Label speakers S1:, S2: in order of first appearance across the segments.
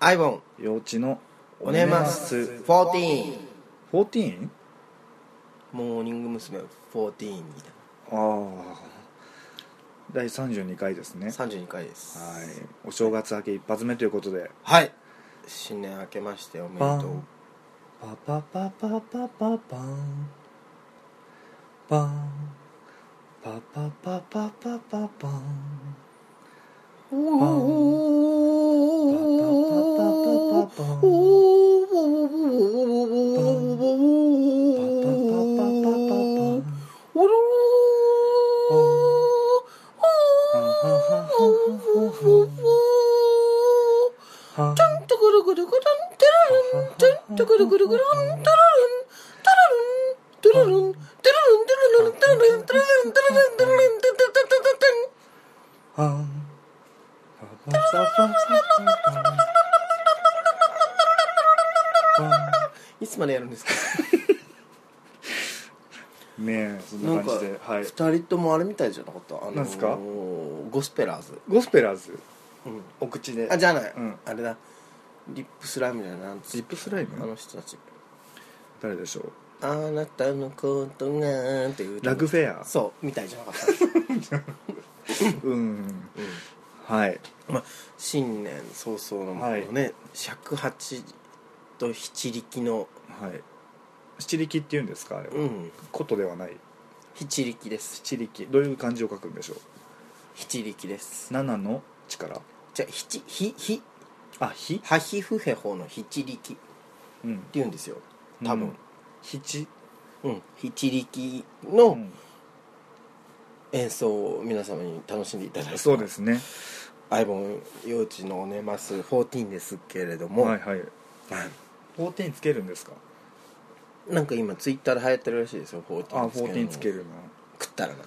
S1: アイボン
S2: 幼稚の
S1: おねます14
S2: 14?
S1: モーニング娘。14みたい
S2: ああ第32回ですね
S1: な
S2: は
S1: 32回です
S2: いお正月明け一発目ということで
S1: はい新年明けましておめで
S2: パ
S1: とう
S2: ンパパパパパパパンパンパパパパパパパン
S1: お
S2: パパパパパパパンパパパパパパンははははははパパパパパパパ
S1: いつまでやるんですか
S2: ねえそん
S1: な
S2: なん
S1: か
S2: 感じではい
S1: 2人ともあれみたいじゃなかったあのー
S2: なんすか
S1: ゴスペラーズ、
S2: ゴスペラーズ
S1: うん、
S2: お口で
S1: あじゃない、
S2: うん
S1: あれだリップスライムじゃないなんつ
S2: リップスライ
S1: あ
S2: ム
S1: の人たち
S2: 誰でしょう
S1: 「あなたのことが」っていう歌
S2: ラグフェア
S1: そうみたいじゃなかった、
S2: うん
S1: うん
S2: はい
S1: まあ、新年早々の
S2: はい
S1: ね、尺八と七力の
S2: はい七力っていうんですかあれは、
S1: うん
S2: ことではない
S1: 七力です
S2: 七力どういう漢字を書くんでしょう
S1: 七力です
S2: 七の力
S1: じゃあ七ひひ
S2: あひ
S1: はひふへほの七力って
S2: うん
S1: 言うんですよ多分、
S2: 七
S1: うん、七力
S2: う
S1: の
S2: ん
S1: 演奏を皆様に楽しんでいただいて
S2: そうですね
S1: アイボン幼稚のねます14ですけれども、
S2: はいはい14つけるんですか
S1: なんか今ツイッターで流行ってるらしいですよ14つける
S2: あ
S1: の
S2: 14つける
S1: 食ったらな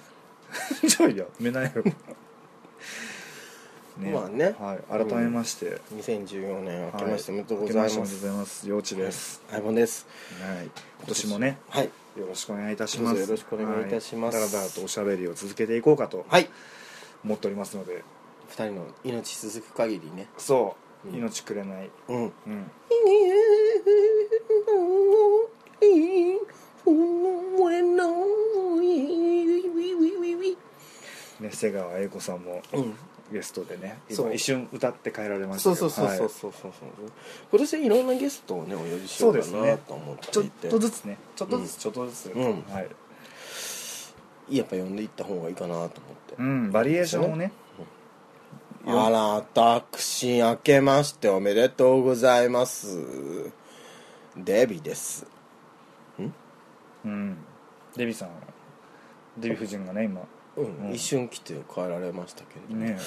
S2: なじゃあやめ ないよ
S1: まあね
S2: はい、改めまして、
S1: 2014年明
S2: はい
S1: けましておめでとうございます、
S2: 明けしておめでとうございます幼稚です、
S1: アイボンです
S2: はい、今年もね
S1: はい
S2: よろしくお願いいたします
S1: どうぞよろしくお願いいたします
S2: はだらだらとおしゃべりを続けていこうかと
S1: はい
S2: 思っておりますので、
S1: 2人の命続く限りね
S2: そう、
S1: うん
S2: 命くれない、
S1: うん
S2: うん、ね瀬川栄子さんも
S1: うん
S2: ゲストでね
S1: そ
S2: 今
S1: う
S2: 一瞬歌って帰られました
S1: そう
S2: け
S1: そ
S2: ど
S1: うそうそうそうそ
S2: はい
S1: うそう、今年はいろんなゲストをねお呼びしようか
S2: そう
S1: な
S2: ですね
S1: と思っていて
S2: ちょっとずつねちょっとずつ、
S1: うん
S2: ちょっとずつ、
S1: うん
S2: はい、
S1: やっぱ呼んでいった方がいいかなと思って、
S2: うん、バリエーションをねうん
S1: あら私明けましておめでとうございますデビです
S2: うんデビさんデヴィ夫人がね今
S1: うん、
S2: うん
S1: 一瞬来て帰られましたけれども
S2: ね、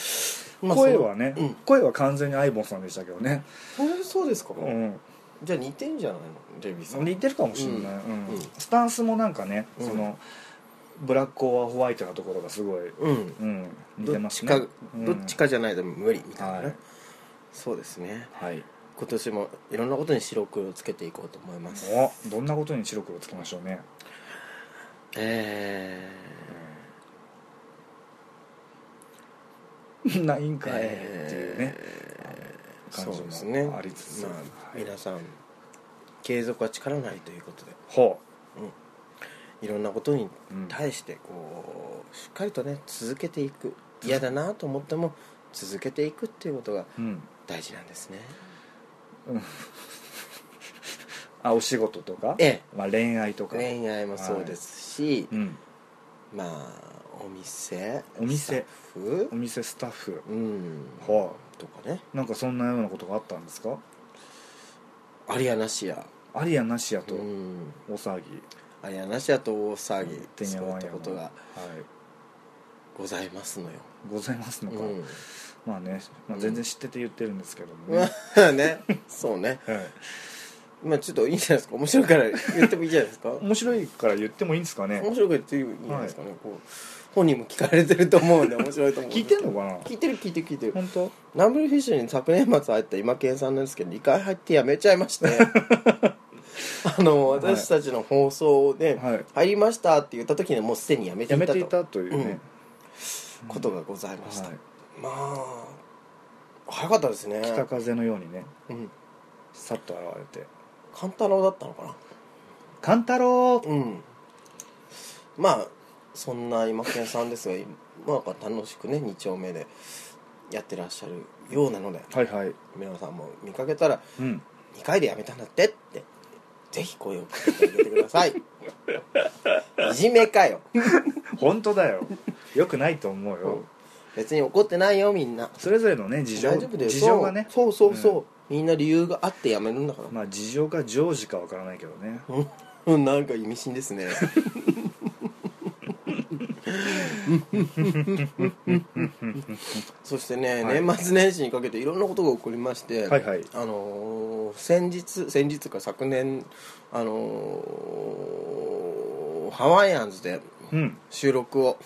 S1: まあ
S2: 声はね、
S1: そのうん
S2: 声は完全にアイボンさんでしたけどね、
S1: えーそうですか、
S2: うん、
S1: じゃあ似てんじゃないのデビさん
S2: 似てるかもしれない、
S1: う
S2: うんん
S1: うん
S2: スタンスもなんかね、
S1: うん
S2: そのブラックオアホワイトなところがすごい、
S1: うん
S2: うん、似て
S1: ど
S2: ま
S1: っ
S2: す
S1: ち
S2: ね
S1: か、
S2: うん
S1: どっちかじゃないと無理みたいなね、
S2: はい
S1: そうですね
S2: はい
S1: 今年もいろんなことに白黒をつけていこうと思います
S2: おどんなことに白黒つけましょうね、
S1: え
S2: うんない
S1: ー
S2: んかいっていうね、
S1: そ
S2: 感
S1: うです
S2: じ
S1: ね
S2: もありつつ、
S1: ま
S2: はい
S1: あ、皆さん継続は力ないということで
S2: ほ
S1: いろんなことに
S2: う、うん
S1: 対してこうしっかりとね続けていく嫌だなと思っても続けていくっていうことが
S2: うん
S1: 大事なんですね
S2: あお仕事とか、
S1: ええ
S2: まあ、恋愛とか、
S1: 恋愛もそうですし、
S2: うん、
S1: まあお店
S2: お
S1: ス
S2: 店
S1: タッフ
S2: お店スタッフ
S1: うん
S2: は
S1: とかね
S2: なんかそんなようなことがあったんですか
S1: ありやなしや
S2: ありやなしや
S1: と
S2: と大騒ぎ
S1: ありやなしやと大騒ぎ
S2: てんや
S1: そうい
S2: わ
S1: っ
S2: ん
S1: た
S2: やの
S1: ことが
S2: はい
S1: ございますのよ、
S2: ございますのか、
S1: う
S2: まあね、まあ、全然知ってて言ってるんですけども
S1: ん、
S2: ね、
S1: まあねそうね
S2: はい
S1: まあちょっといいんじゃないですか面白いから言ってもいいじゃない ですか面
S2: 面白いから言ってもいいんですかね
S1: 白いから言ってもいいんじゃないですかね、こう本人も聞かれてると思うんで面白いと思うん
S2: 聞
S1: で
S2: いてんのかな
S1: 聞いてる聞いてる聞いてる
S2: 本当
S1: ナンブルフィッシュに昨年末入った今健さんなんですけど2回入ってやめちゃいましてあの
S2: はい
S1: 私たちの放送で
S2: はい
S1: 入りましたって言った時にはもうすでにやめて
S2: や
S1: い
S2: め
S1: た
S2: てい
S1: と
S2: たというね、
S1: ことがございました、
S2: はい
S1: まあ早かったですね
S2: 北風のようにね
S1: うん
S2: さっと現れて
S1: 勘太郎だったのかな
S2: 「勘太郎
S1: うんまあそんな今健さんですが今は楽しくね2丁目でやってらっしゃるようなので」
S2: はいはい
S1: 皆さんも見かけたら
S2: うん
S1: 2回でやめたんだってってぜひ声をかけてあげてくだ さいいじめかよ
S2: 本当だよよくないと思うよ、
S1: うん別に怒ってないよみんな
S2: それぞれのね事情
S1: 大丈夫だよ
S2: 事情がね
S1: そうそうそうそう、みんな理由があってやめるんだから
S2: まあ事情か常時かわからないけどね
S1: うんなんか意味深です ねそしてね、
S2: はい
S1: 年末年始にかけていろんなことが起こりまして、
S2: はいはい
S1: あのー先日先日か昨年、あのーハワイアンズで
S2: うん
S1: 収録を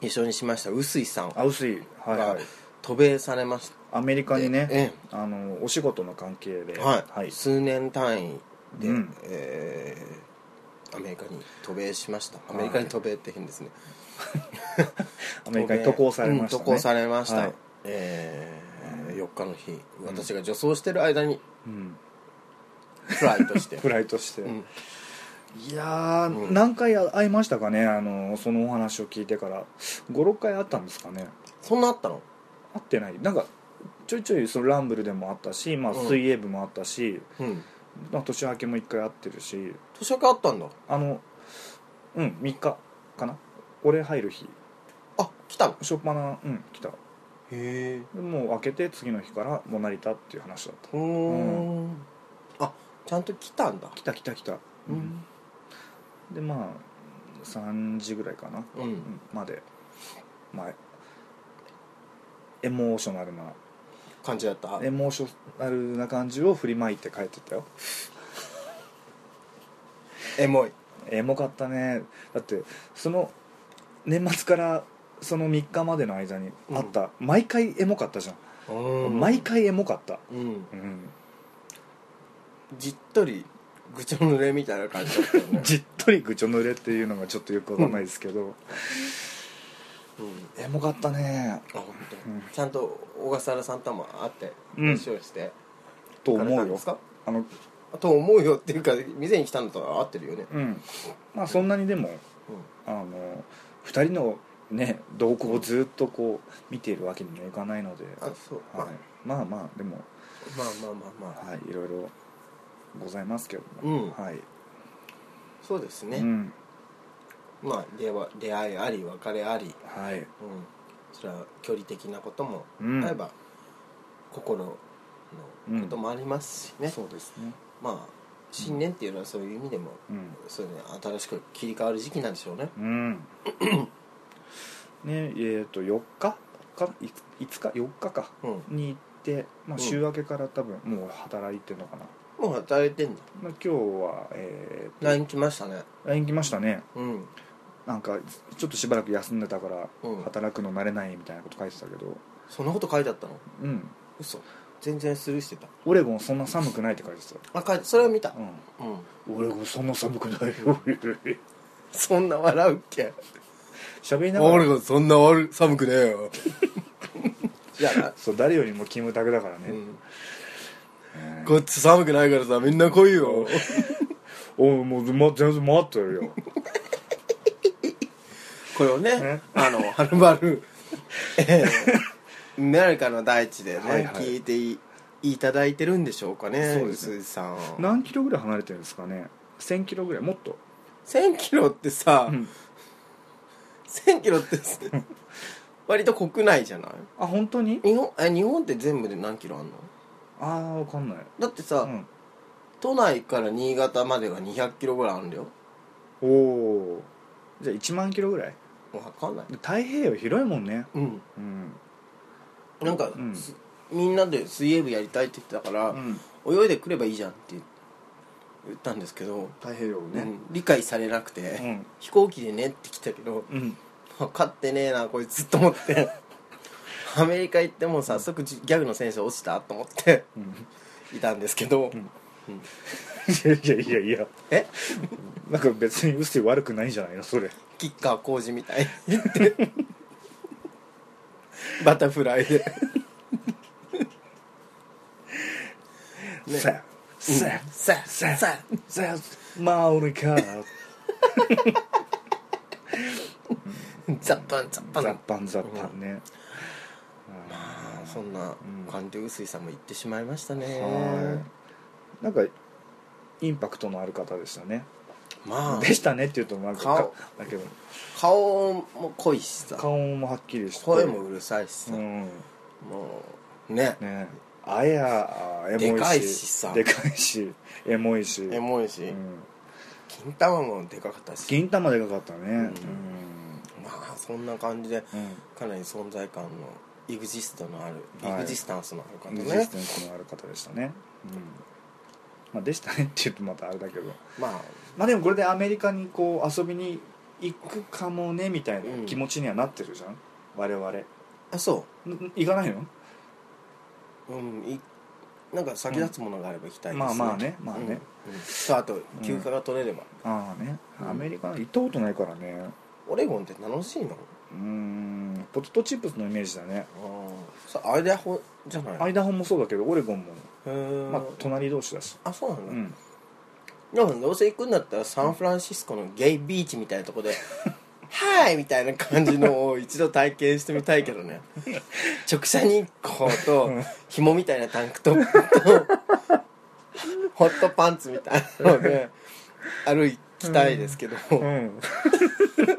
S1: 一緒にしました臼井さん
S2: あ薄いはい
S1: が
S2: はい
S1: 渡米されまし
S2: アメリカにね、
S1: ええ
S2: あのお仕事の関係で
S1: た、
S2: は
S1: はい数年単位で、
S2: うん
S1: えーアメリカに渡米しましたア
S2: い
S1: メリカに渡米って変ですね、
S2: アメリカに渡航されました
S1: うん
S2: ね、
S1: 渡航されました、
S2: はい
S1: え4日の日、私が女装してる間に
S2: うん、
S1: フライトして、
S2: フライトして、
S1: うん
S2: いやー、
S1: うん
S2: 何回会いましたかねあのそのお話を聞いてから56回会ったんですかね
S1: そんなあったの
S2: 会ってないなんかちょいちょいそのランブルでもあったし、まあ、
S1: うん
S2: 水泳部もあったし、
S1: うん
S2: まあ、年明けも1回会ってるし
S1: 年明けあったんだ
S2: あのうん3日かな俺入る日
S1: あ来たのへ
S2: 初っ端なうん来た
S1: え
S2: でもう開けて次の日からもう成田っていう話だった
S1: うーんあちゃんと来たんだ
S2: 来た来た来た、
S1: うん、
S2: でまあ3時ぐらいかな、
S1: う
S2: うんんまでまあエモーショナルな
S1: 感じだった
S2: エモーショナルな感じを振りまいて帰ってったよ
S1: エモい
S2: エモかったねだってその年末からその3日までの間にあった、毎回エモかったじゃん毎回エモかった
S1: うん
S2: うん
S1: じっとりぐちゃ濡れみたいな感じだったよね
S2: じっとりぐちょ濡れっていうのがちょっとよくわかんないですけど、
S1: うん
S2: エモかったね
S1: あ本当
S2: うん
S1: ちゃんと小笠原さんとも会って
S2: うん
S1: 話をして、
S2: と
S1: 行かれた
S2: 思うん
S1: で
S2: よ
S1: すか
S2: あの
S1: と思うよっていうか店に来たんだったら合ってるよね、
S2: うんまあそんなにでもあの2人のね動向をずっとこう見ているわけにもいかないので、
S1: あそう、
S2: はい、まあまあでも、
S1: まあまあまあまあまあ
S2: はい、いろいろございますけど
S1: うん
S2: はい
S1: そうですね、
S2: うん
S1: まあ出は出会いあり別れあり、うん、
S2: はい
S1: それは距離的なことも、
S2: うん
S1: 例えば心のこともありますしね、
S2: そうですね
S1: まあ新年っていうのはそういう意味でも、
S2: うん、
S1: そうね新しく切り替わる時期なんでしょうね
S2: うん、ねえー、と4日かい5日4日か
S1: うん
S2: に行って、まあ、
S1: うん
S2: 週明けから多分もう働いてるのかな、
S1: もう働いてんだ
S2: まあ、今日は、えーと
S1: LINE 来ましたね
S2: LINE 来ましたね
S1: うん
S2: なんかちょっとしばらく休んでたから
S1: うん
S2: 働くの慣れないみたいなこと書いてたけど
S1: そんなこと書いてあったの
S2: うん
S1: 嘘全然スルーしてた
S2: オレゴンそんな寒くないって書いて
S1: あ書いてそれは見た
S2: た、う
S1: うん
S2: んオレゴンそんな寒くないよ
S1: そんな笑うっけ
S2: 喋りながら
S1: がそんな悪寒くねえよじゃあ
S2: そう誰よりもキムタクだからね、
S1: な、
S2: えー
S1: こっち寒くないからさみんな来いよ
S2: おうもう、ま、全然待ってる よ
S1: これをね
S2: ね
S1: あの はるばるええメラリカの大地でね、
S2: はいはい
S1: 聞いていいただいてるんでしょうかね
S2: そうです
S1: 鈴
S2: ね
S1: 井さん
S2: 何キロぐらい離れてるんですかね1000キロぐらいもっと、
S1: 1000キロってさ、
S2: うん
S1: 1000キロってさ割と国内じゃない
S2: あ本当に
S1: 日本え日本って全部で何キロあんの
S2: ああ分かんない、
S1: だってさ、
S2: うん、
S1: 都内から新潟までが200キロぐらいあるんだよ
S2: おおじゃあ1万キロぐらい
S1: わかんない
S2: で太平洋広いもんね
S1: うん
S2: うん、
S1: なんか、
S2: うん
S1: すみんなで水泳部やりたいって言ってたから、
S2: うん、
S1: 泳いでくればいいじゃんって言ったんですけど、
S2: 太平洋
S1: う、ん理解されなくて、
S2: うん
S1: 飛行機でねって来たけど
S2: うん、
S1: 分かってねえなこいつと思って アメリカ行ってもう早速じギャグの選手落ちたと思って
S2: うん
S1: いたんですけど、
S2: んいやいやいやいや
S1: え
S2: なんか別に薄い悪くないんじゃないのそれ
S1: キッカー 工事みたいに言ってバタフライでね
S2: ささ
S1: さあ
S2: さ
S1: さあ
S2: さマウリカ
S1: ザッパンザッパ
S2: ザッ
S1: ン
S2: パンザッパンね、
S1: あーそんな感じで臼井さんも言ってしまいましたね
S2: はいなんかインパクトのある方でしたね、
S1: まあ
S2: でしたねっていうとなんか
S1: 顔
S2: だけど
S1: 顔も濃いしさ
S2: 顔もはっきりして
S1: 声もうるさいしさ
S2: うん
S1: もうね
S2: ねあやあエモいし
S1: でかいしさ
S2: でかいしエモいし
S1: エモいし
S2: うん
S1: 金玉もでかかったし
S2: 銀玉でかかったねうん、
S1: まあそんな感じで
S2: うん
S1: かなり存在感のイグジストのある
S2: はい
S1: イグジスタンスのある
S2: レ
S1: 方
S2: ジ
S1: ね
S2: スタンスのある方でしたね、うんまあ、でしたねって言うとまたあれだけど
S1: まあ
S2: まあでもこれでアメリカにこう遊びに行くかもねみたいな気持ちにはなってるじゃん、我々ん
S1: あそ
S2: 行かないの
S1: ううんいなんか先立つものがあれば行きたいです
S2: まあまあねまあね、
S1: うんうんそうあと休暇が取れれば
S2: ああね
S1: うん
S2: アメリカ行ったことないからね
S1: オレゴンって楽しいの
S2: うんポテトチップスのイメージだね
S1: そうアイダホじゃない
S2: アイダホもそうだけどオレゴンも、
S1: へー
S2: まあ、隣同士だし
S1: あそうなん
S2: う
S1: だ、
S2: ん
S1: でもどうせ行くんだったらサンフランシスコのゲイビーチみたいなとこで「はい!」みたいな感じのを一度体験してみたいけどね直射日光と紐みたいなタンクトップとホットパンツみたいなので歩きたいですけど、
S2: うん、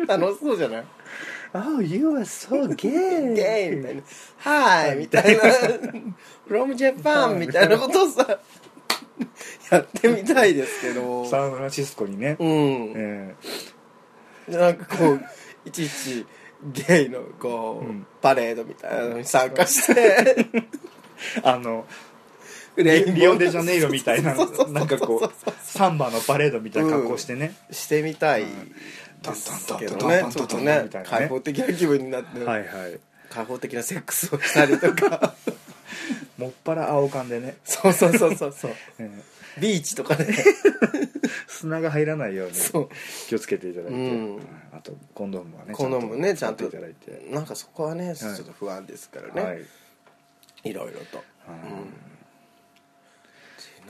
S1: 楽しそうじゃない
S2: Oh, you are so
S1: ゲイ
S2: gay!
S1: みたいな「はい!」みたいな「from Japan」みたいなことをさやってみたいですけど
S2: サンフランシスコにね、
S1: うん
S2: え
S1: でなんかこういちいちゲイのこう、
S2: うん
S1: パレードみたいなのに参加して
S2: えあの
S1: レインボ
S2: リ
S1: ー
S2: リオデジャネイロみたいな
S1: そうそうそうそう
S2: なんかこうサンバのパレードみたいな格好してね、
S1: してみたいで
S2: トントン
S1: す
S2: トン
S1: け
S2: トン
S1: ど
S2: トン
S1: ね
S2: トン
S1: ちょっと
S2: トントン
S1: ね
S2: みたいなね
S1: 開放的な気分になって、
S2: はいはい
S1: 開放的なセックスをしたりとか
S2: もっぱら青缶でね、
S1: そうそうそうそうそう
S2: え
S1: ビーチとかね
S2: え砂が入らないように
S1: そう
S2: 気をつけていただいて、
S1: うん
S2: あとコンドームはね
S1: このもねちゃんと
S2: 持っていただいて
S1: なんかそこはねちょっと不安ですからね、、
S2: はいい
S1: ろいろと、
S2: はい
S1: うん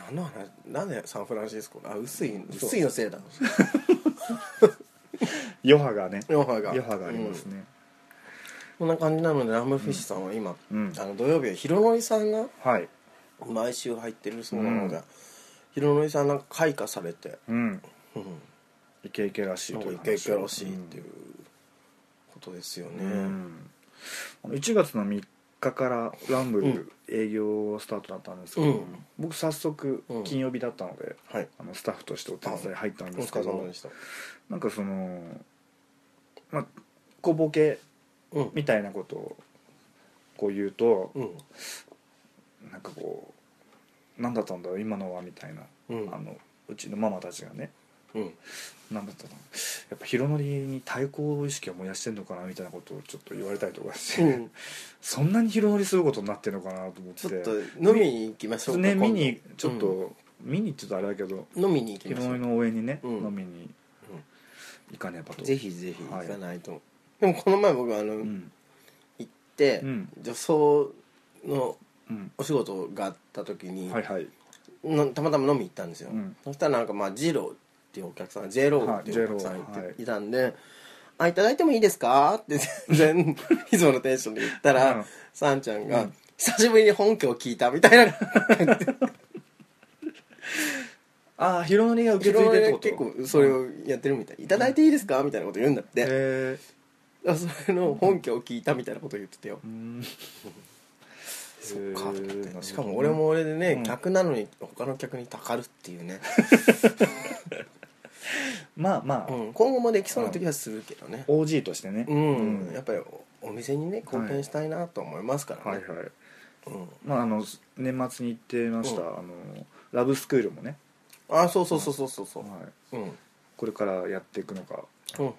S1: 何の話なんでサンフランシスコあ薄い
S2: そう
S1: 薄いのせい だ
S2: 余波がね
S1: 余波が
S2: 余波がありますね、
S1: こんな感じなのでラムフィッシュさんは今、
S2: うん
S1: あの土曜日はひろのりさんが
S2: はい
S1: 毎週入ってるそうなので、
S2: うん
S1: ひろのりさんなんか開花されて、
S2: うん
S1: うん、
S2: イケイケらしい
S1: なん
S2: と
S1: か
S2: い
S1: いう
S2: 話
S1: けいけらしいっていうことですよね、
S2: うんあの1月の3日からランブル営業スタートだったんですけど、
S1: うん
S2: 僕早速
S1: うん
S2: 金曜日だったので、
S1: はい
S2: あのスタッフとしてお手伝い入ったん
S1: お
S2: ですけ
S1: 疲れ様
S2: ど
S1: でした
S2: なんかそのまあ小ボケ
S1: うん
S2: みたいなことをこう言うと、
S1: うん
S2: なんかこう「何だったんだろう今のは」みたいな、
S1: うん
S2: あのうちのママたちがね
S1: うん
S2: 何だったのやっぱヒロノリに対抗意識を燃やしてんのかなみたいなことをちょっと言われたりとかして、
S1: うん
S2: そんなに広乗りすることになってるのかなと思って
S1: ちょっと飲みに行きましょうか
S2: ね
S1: 今度
S2: 見にちょっ
S1: う
S2: と、見にって言うとあれだけど
S1: ん飲みに行きま
S2: 広
S1: しょ
S2: 乗
S1: う
S2: りの応援にね、
S1: うん
S2: 飲みに行かねば
S1: う
S2: と
S1: んぜひぜひ行
S2: はい
S1: かないと、でもこの前僕あの、
S2: うん
S1: 行って、
S2: うん
S1: 女装の
S2: うん
S1: お仕事があった時に、
S2: はいはい
S1: のたまたま飲み行ったんですよ、
S2: うん
S1: そしたらなんかまあジローっていうお客さんジェローっていうお客さんい
S2: はいジェローはい
S1: ていたんで「あいただいてもいいですか?」 って全然いつものテンションで言ったら、
S2: うん
S1: さんちゃんが、
S2: うん
S1: 久しぶりに本家を聞いた」みたい な
S2: ああ広乗りが受
S1: 結
S2: け継いでるってこと
S1: 構それをやってるみたい「いただいていいですか?」みたいなこと言うんだって、
S2: へえ
S1: あそれの本家を聞いたみたいなこと言ってたよ、
S2: うん
S1: そっかと思
S2: へえなる
S1: っ
S2: ほど
S1: てしかも俺も俺でね、
S2: うん
S1: 客なのに他の客にたかるっていう ね、
S2: まあまあ、
S1: うん今後もできそうな時はするけどね、
S2: OG としてね
S1: うん、
S2: うん
S1: やっぱりおお店にね貢献したいなと思いますからね、
S2: はいはい
S1: うん、
S2: まああの年末に行ってました、
S1: うん
S2: あのラブスクールもね、
S1: あそうそうそうそうそうそう、
S2: はい、
S1: うんうん
S2: これからやっていくのか
S1: うん
S2: い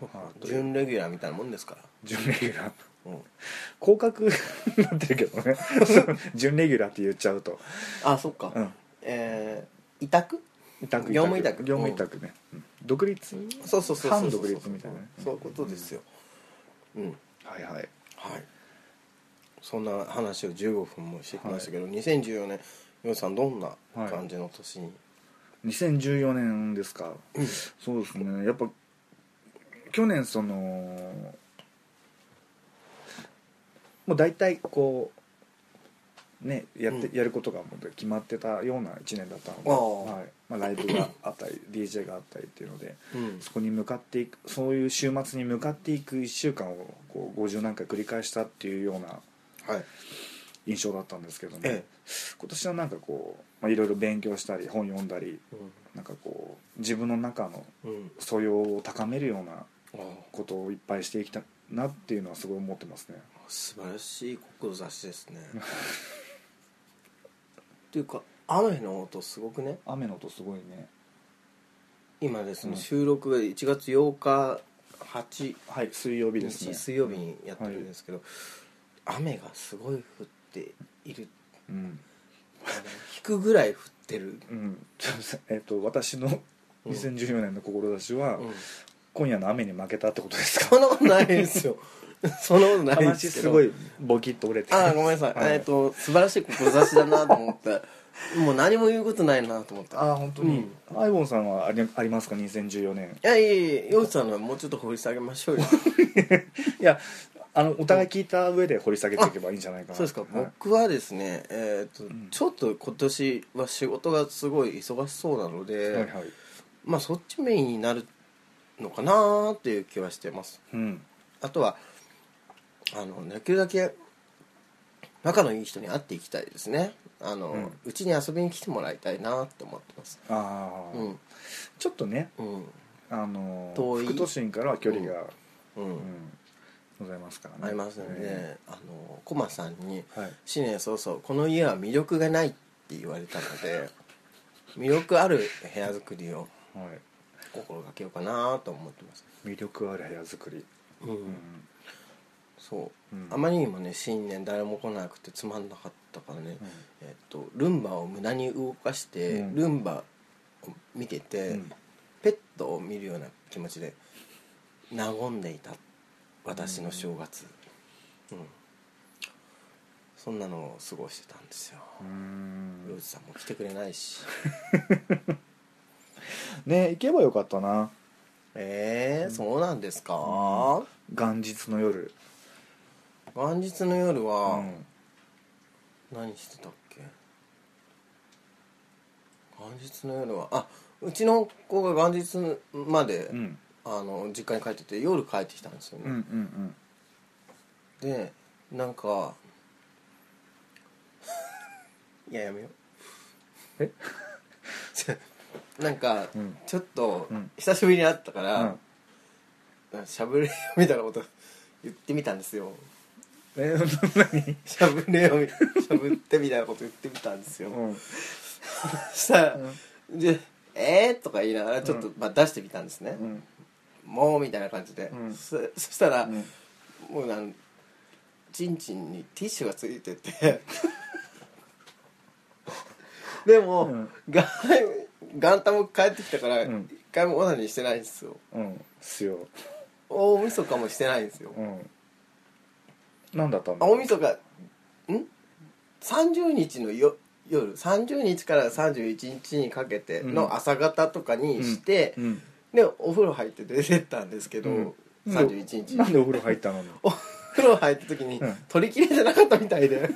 S1: 準レギュラーみたいなもんですから
S2: 準レギュラー
S1: うん、
S2: 降格 になってる けどね準レギュラーって言っちゃうと、
S1: あそっか、
S2: うん、
S1: えー委託
S2: 委託
S1: 業務委託
S2: 業務委託ね、うん独立
S1: そうそうそうそう
S2: 反独立みたいなね
S1: そういうことですようん、
S2: はいはい
S1: はいそんな話を15分もしてきましたけど、2014年ヨネさんどんな感じの年に、
S2: 2014年ですか、そうですねやっぱ去年そのもう大体こうねやって、
S1: う
S2: やることがもう決まってたような1年だったので、
S1: ああ
S2: はいまあ、ライブがあったり DJ があったりっていうので
S1: うん
S2: そこに向かっていくそういう週末に向かっていく1週間をこう50何回繰り返したっていうような
S1: はい
S2: 印象だったんですけども、
S1: え
S2: 今年はなんかこうまあいろいろ勉強したり本読んだり
S1: え
S2: なんかこう自分の中の
S1: うん、うん、
S2: 素養を高めるような
S1: ああ
S2: ことをいっぱいしていきたいなっていうのはすごい思ってますね
S1: 素晴らしい志です ねっていうか雨の音すごくね
S2: 雨の音すごいね
S1: 今ねその
S2: うん
S1: 収録が1月8日8
S2: はい水曜日です
S1: 日
S2: ね
S1: 水曜日にやってるんですけど、雨がすごい降っている
S2: うん、
S1: あの引くぐらい降ってる、
S2: うん、 えっと私の
S1: うん
S2: 2014年の志は、
S1: うん
S2: 今夜の雨に負けたってことですか
S1: そんなことないですよ そんなことないで
S2: 話
S1: すけ
S2: す
S1: ど
S2: ごいボキッと折れて
S1: ああごめんなさい、
S2: はい
S1: えっと素晴らしい志だなと思ってもう何も言うことないなと思った
S2: ああ本当に、アイボンさんはありありますか2014年
S1: いやいやいや洋一さんのはもうちょっと掘り下げまし ょうよ
S2: いやあのお互い聞いた上で掘り下げていけばいいんじゃないかな
S1: そうですか、
S2: はい
S1: 僕はですね、えーと
S2: ん
S1: ちょっと今年は仕事がすごい忙しそうなので、
S2: はいはい
S1: まあそっちメインになるのかなっていう気はしてます
S2: うん
S1: あとはあのできるだけ仲のいい人に会っていきたいですねあの、う
S2: うん
S1: ちに遊びに来てもらいたいなって思ってます
S2: ああ、
S1: うん
S2: ちょっとね
S1: うん
S2: あの
S1: 遠い
S2: 副都心からは距離が、
S1: う
S2: うん
S1: ん
S2: ございますからね
S1: ありますので、
S2: え
S1: あのコマさんに
S2: えはい
S1: 「新年早々この家は魅力がない」って言われたので魅力ある部屋作りを
S2: はい、
S1: 心がけようかなと思ってます、
S2: 魅力ある部屋作り、
S1: う
S2: うん
S1: ん、そううんあまりにもね新年誰も来なくてつまんなかったからね、えっとルンバを無駄に動かして、
S2: うん
S1: ルンバを見てて、
S2: うん
S1: ペットを見るような気持ちで和んでいた私の正月うん、そんなのを過ごしてたんですよ
S2: う
S1: 洋
S2: ん
S1: 治さんも来てくれないし
S2: ね行けばよかったな
S1: えー、そうなんですか、
S2: 元日の夜、
S1: 元日の夜
S2: う
S1: は
S2: ん、
S1: 何してたっけ元日の夜はあうちの子が元日まで、
S2: うん
S1: あの実家に帰ってて夜帰ってきたんですよね、
S2: うんうん
S1: でなんか いややめよう
S2: え
S1: ちょ なんか、
S2: うん
S1: ちょっと、
S2: うん
S1: 久しぶりに会ったか
S2: う
S1: ら
S2: ん、
S1: しゃぶれよみたいなこと 言ってみたんですよ
S2: えー
S1: しゃぶれよみしゃぶってみたいなこと言ってみたんですよ、
S2: 何、うん、
S1: したら、で「えー?」とか言いながらちょっと、まあ、出してみたんですね
S2: う、ん
S1: もうみたいな感じで、
S2: うん
S1: そそしたら、
S2: うん
S1: もうなんチンチンにティッシュがついて てでも、
S2: うん
S1: が元旦も帰ってきたから一
S2: うん
S1: 回もオナニーしてないんですよ
S2: うんすよ
S1: 大晦日もしてないんですよ、
S2: うん何だったん
S1: あ
S2: だ
S1: 大晦日ん30日のよ夜30日から31日にかけての朝方とかにして、
S2: うん
S1: でお風呂入って出てったんですけど、
S2: うん
S1: 31日
S2: なんでお風呂入ったのに
S1: お風呂入った時に
S2: うん
S1: 取り切れてなかったみたいで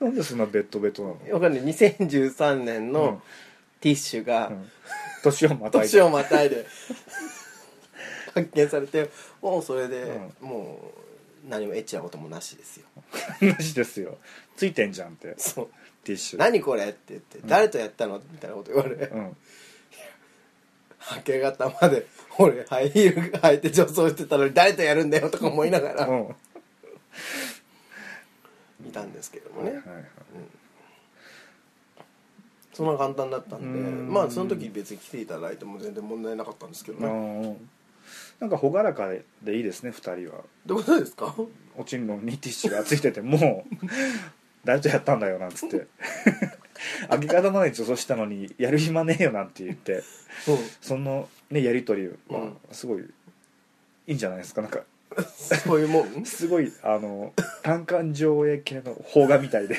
S2: なんでそんなベッドベッドなの
S1: わかんない2013年
S2: うん
S1: のティッシュが
S2: うん年をまたい
S1: 年
S2: で
S1: をまたい で発見されてもうそれでもう何もエッチなこともなしですよ
S2: 話ですよついてんじゃんって
S1: そう
S2: ティッ
S1: 「
S2: シュ
S1: 何これ?」って言って「誰とやったの?」みたいなこと言われ
S2: うん
S1: 明け方まで俺ハイヒール履いて女装してたのに誰とやるんだよとか思いなが
S2: う
S1: ら
S2: ん
S1: いたんですけども
S2: はいは
S1: ね
S2: いはい
S1: そんな簡単だったんで
S2: うん
S1: まあその時別に来ていただいても全然問題なかったんですけど
S2: あ
S1: ね
S2: ーなんか朗らかでいいですね二人は
S1: どういうことですか
S2: おちんのにティッシュがついてても う誰とやったんだよなんつって明け方まで女装したのにやる暇ねえよなんて言ってその、ね、やり取り
S1: う
S2: は
S1: ん
S2: すごいいいんじゃないですかなんか
S1: そういうもん
S2: すごいあの単管上映系の邦画みたいで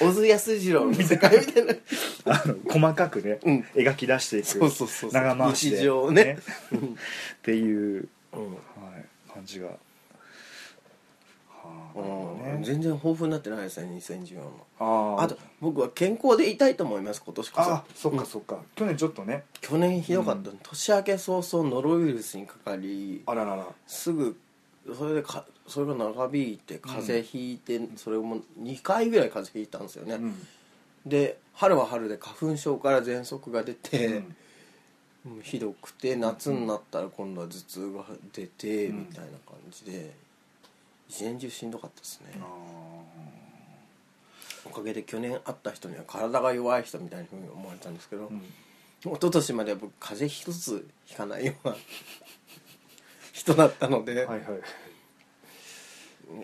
S1: 小津安二郎の世界みたいな
S2: あの細かくね、
S1: うん
S2: 描き出していく
S1: そうそうそうそう
S2: 長回しで
S1: 日常をね
S2: っていう、
S1: うん
S2: はい、感じが、はあ、なるほど
S1: うん
S2: ね
S1: 全然豊富になってないですね2014も
S2: ああ
S1: あと僕は健康でいたいと思います今年こそ
S2: あそっかそっか、去年ちょっとね
S1: 去年ひどかった、年明け早々ノロウイルスにかかり
S2: あららら
S1: すぐそれでかそれが長引いて風邪ひいて、それも2回ぐらい風邪ひいたんですよね、
S2: うん
S1: で春は春で花粉症から喘息が出て、もうひどくて夏になったら今度は頭痛が出て、
S2: うん
S1: みたいな感じで一年中しんどかったですね
S2: あ
S1: おかげで去年会った人には体が弱い人みたいなふうに思われたんですけど、
S2: ーうん
S1: 一昨年まで僕風邪一つひかないような 人だったので、
S2: はいはい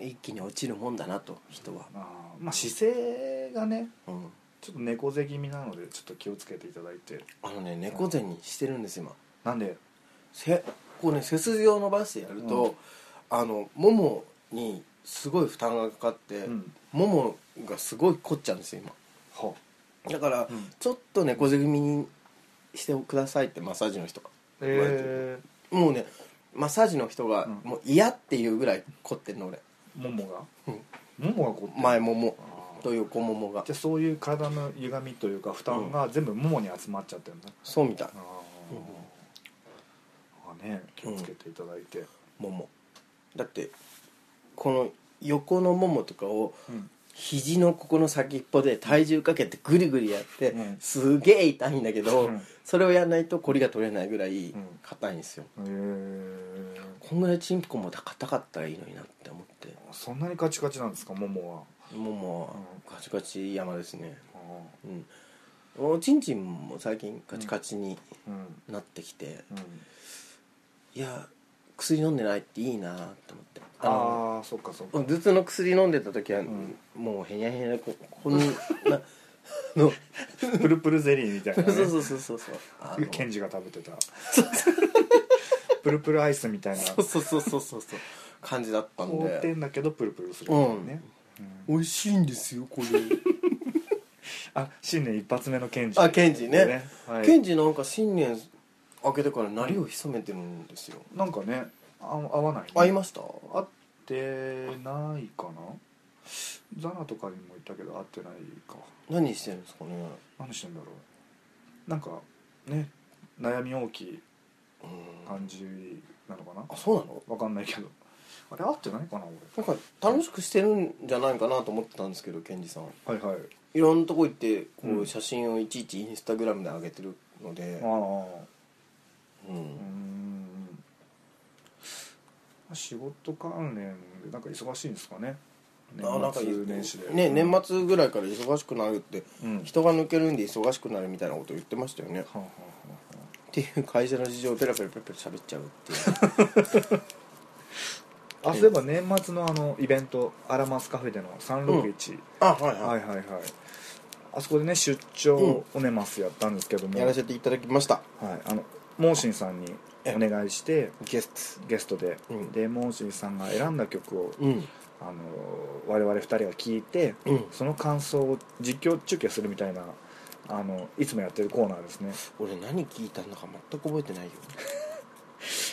S1: 一気に落ちるもんだなと人は、
S2: あーまあ姿勢がね
S1: うん、
S2: ちょっと猫背気味なのでちょっと気をつけていただいて
S1: あのね猫背にしてるんです今
S2: なんで
S1: せこうね背筋を伸ばしてやると、あのももにすごい負担がかかって、
S2: うん
S1: ももがすごい凝っちゃうんですよ今
S2: は
S1: だから、
S2: うん
S1: ちょっと猫背気味にしてくださいってマッサージの人が言われてる、
S2: え
S1: もうねマッサージの人が
S2: うん
S1: もう嫌っていうぐらい凝ってんの俺
S2: ー、ももが
S1: うん
S2: ももがこう
S1: 前もも
S2: あー
S1: と横ももが
S2: じゃあそういう体の歪みというか負担が全部ももに集まっちゃってるんだ、
S1: そうみたい
S2: あーあね気をつけていただいて、
S1: ももだってこの横のももとかを
S2: うん
S1: 肘のここの先っぽで体重かけてぐりぐりやって、
S2: うん
S1: すげえ痛いんだけど、
S2: うん
S1: それをやらないと凝りが取れないぐらい
S2: うん
S1: 硬いんですよ、
S2: えー、
S1: こんぐらいチンコも硬かったらいいのになって思って
S2: そんなにカチカチなんですかももは
S1: ももはガチガチ山ですね
S2: あ
S1: うんおちんちんも最近カチカチに
S2: ーうん
S1: なってきて、
S2: うん
S1: いや薬飲んでないっていいなと思ってあの
S2: ああそっかそっか
S1: 頭痛の薬飲んでた時は、
S2: ん
S1: もうへにゃへにゃここんなの
S2: プルプルゼリーみたいな、
S1: そう
S2: ね、
S1: そうそうそうそうあの
S2: ケンジが食べてたプルプルアイスみたいな
S1: そうそうそうそうそうそう感じだったん
S2: 凍って
S1: で
S2: んだけどプルプルするみたいなね、うん
S1: 美味しいんですよこれ
S2: あ新年一発目のケンジ
S1: あケンジね
S2: はい、
S1: ケンジなんか新年明けてから鳴りを潜めてるんですよ
S2: なんかねあ合わない、ね、
S1: 会いました
S2: 会ってないかなザナとかにも行ったけど会ってないか
S1: 何してるんですかね
S2: 何してんだろうなんかね悩み大きい
S1: うん
S2: 感じなのかな
S1: あそうなの
S2: わかんないけどあれ会ってないかな
S1: なんか楽しくしてるんじゃないかなと思ってたんですけどケンジさん
S2: 俺はいはい
S1: いろんなとこ行ってこ
S2: う
S1: うん写真をいちいちインスタグラムで上げてるので
S2: あ、あ
S1: う、
S2: うんん仕事関連でなんか忙しいんですかね
S1: あなんか
S2: 年末年始で
S1: ね、年末ぐらいから忙しくなるって
S2: うん
S1: 人が抜けるんで忙しくなるみたいなこと言ってましたよね
S2: はあはあはあは
S1: っていう会社の事情をペラペラペラペラ喋っちゃうっていう
S2: ああそういえば年末のあのイベントアラマスカフェでの361、
S1: あはい
S2: はいはいはいあそこでね出張オネマスやったんですけども、
S1: やらせていただきました
S2: はい、あのモーシンさんにお願いして
S1: ゲス
S2: ゲストで、
S1: うん
S2: でモーシンさんが選んだ曲を、
S1: トうん
S2: あの我々2人が聴いて、
S1: うん
S2: その感想を実況中継するみたいなあのいつもやってるコーナーですね
S1: 俺何聞いたのか全く覚えてないよ、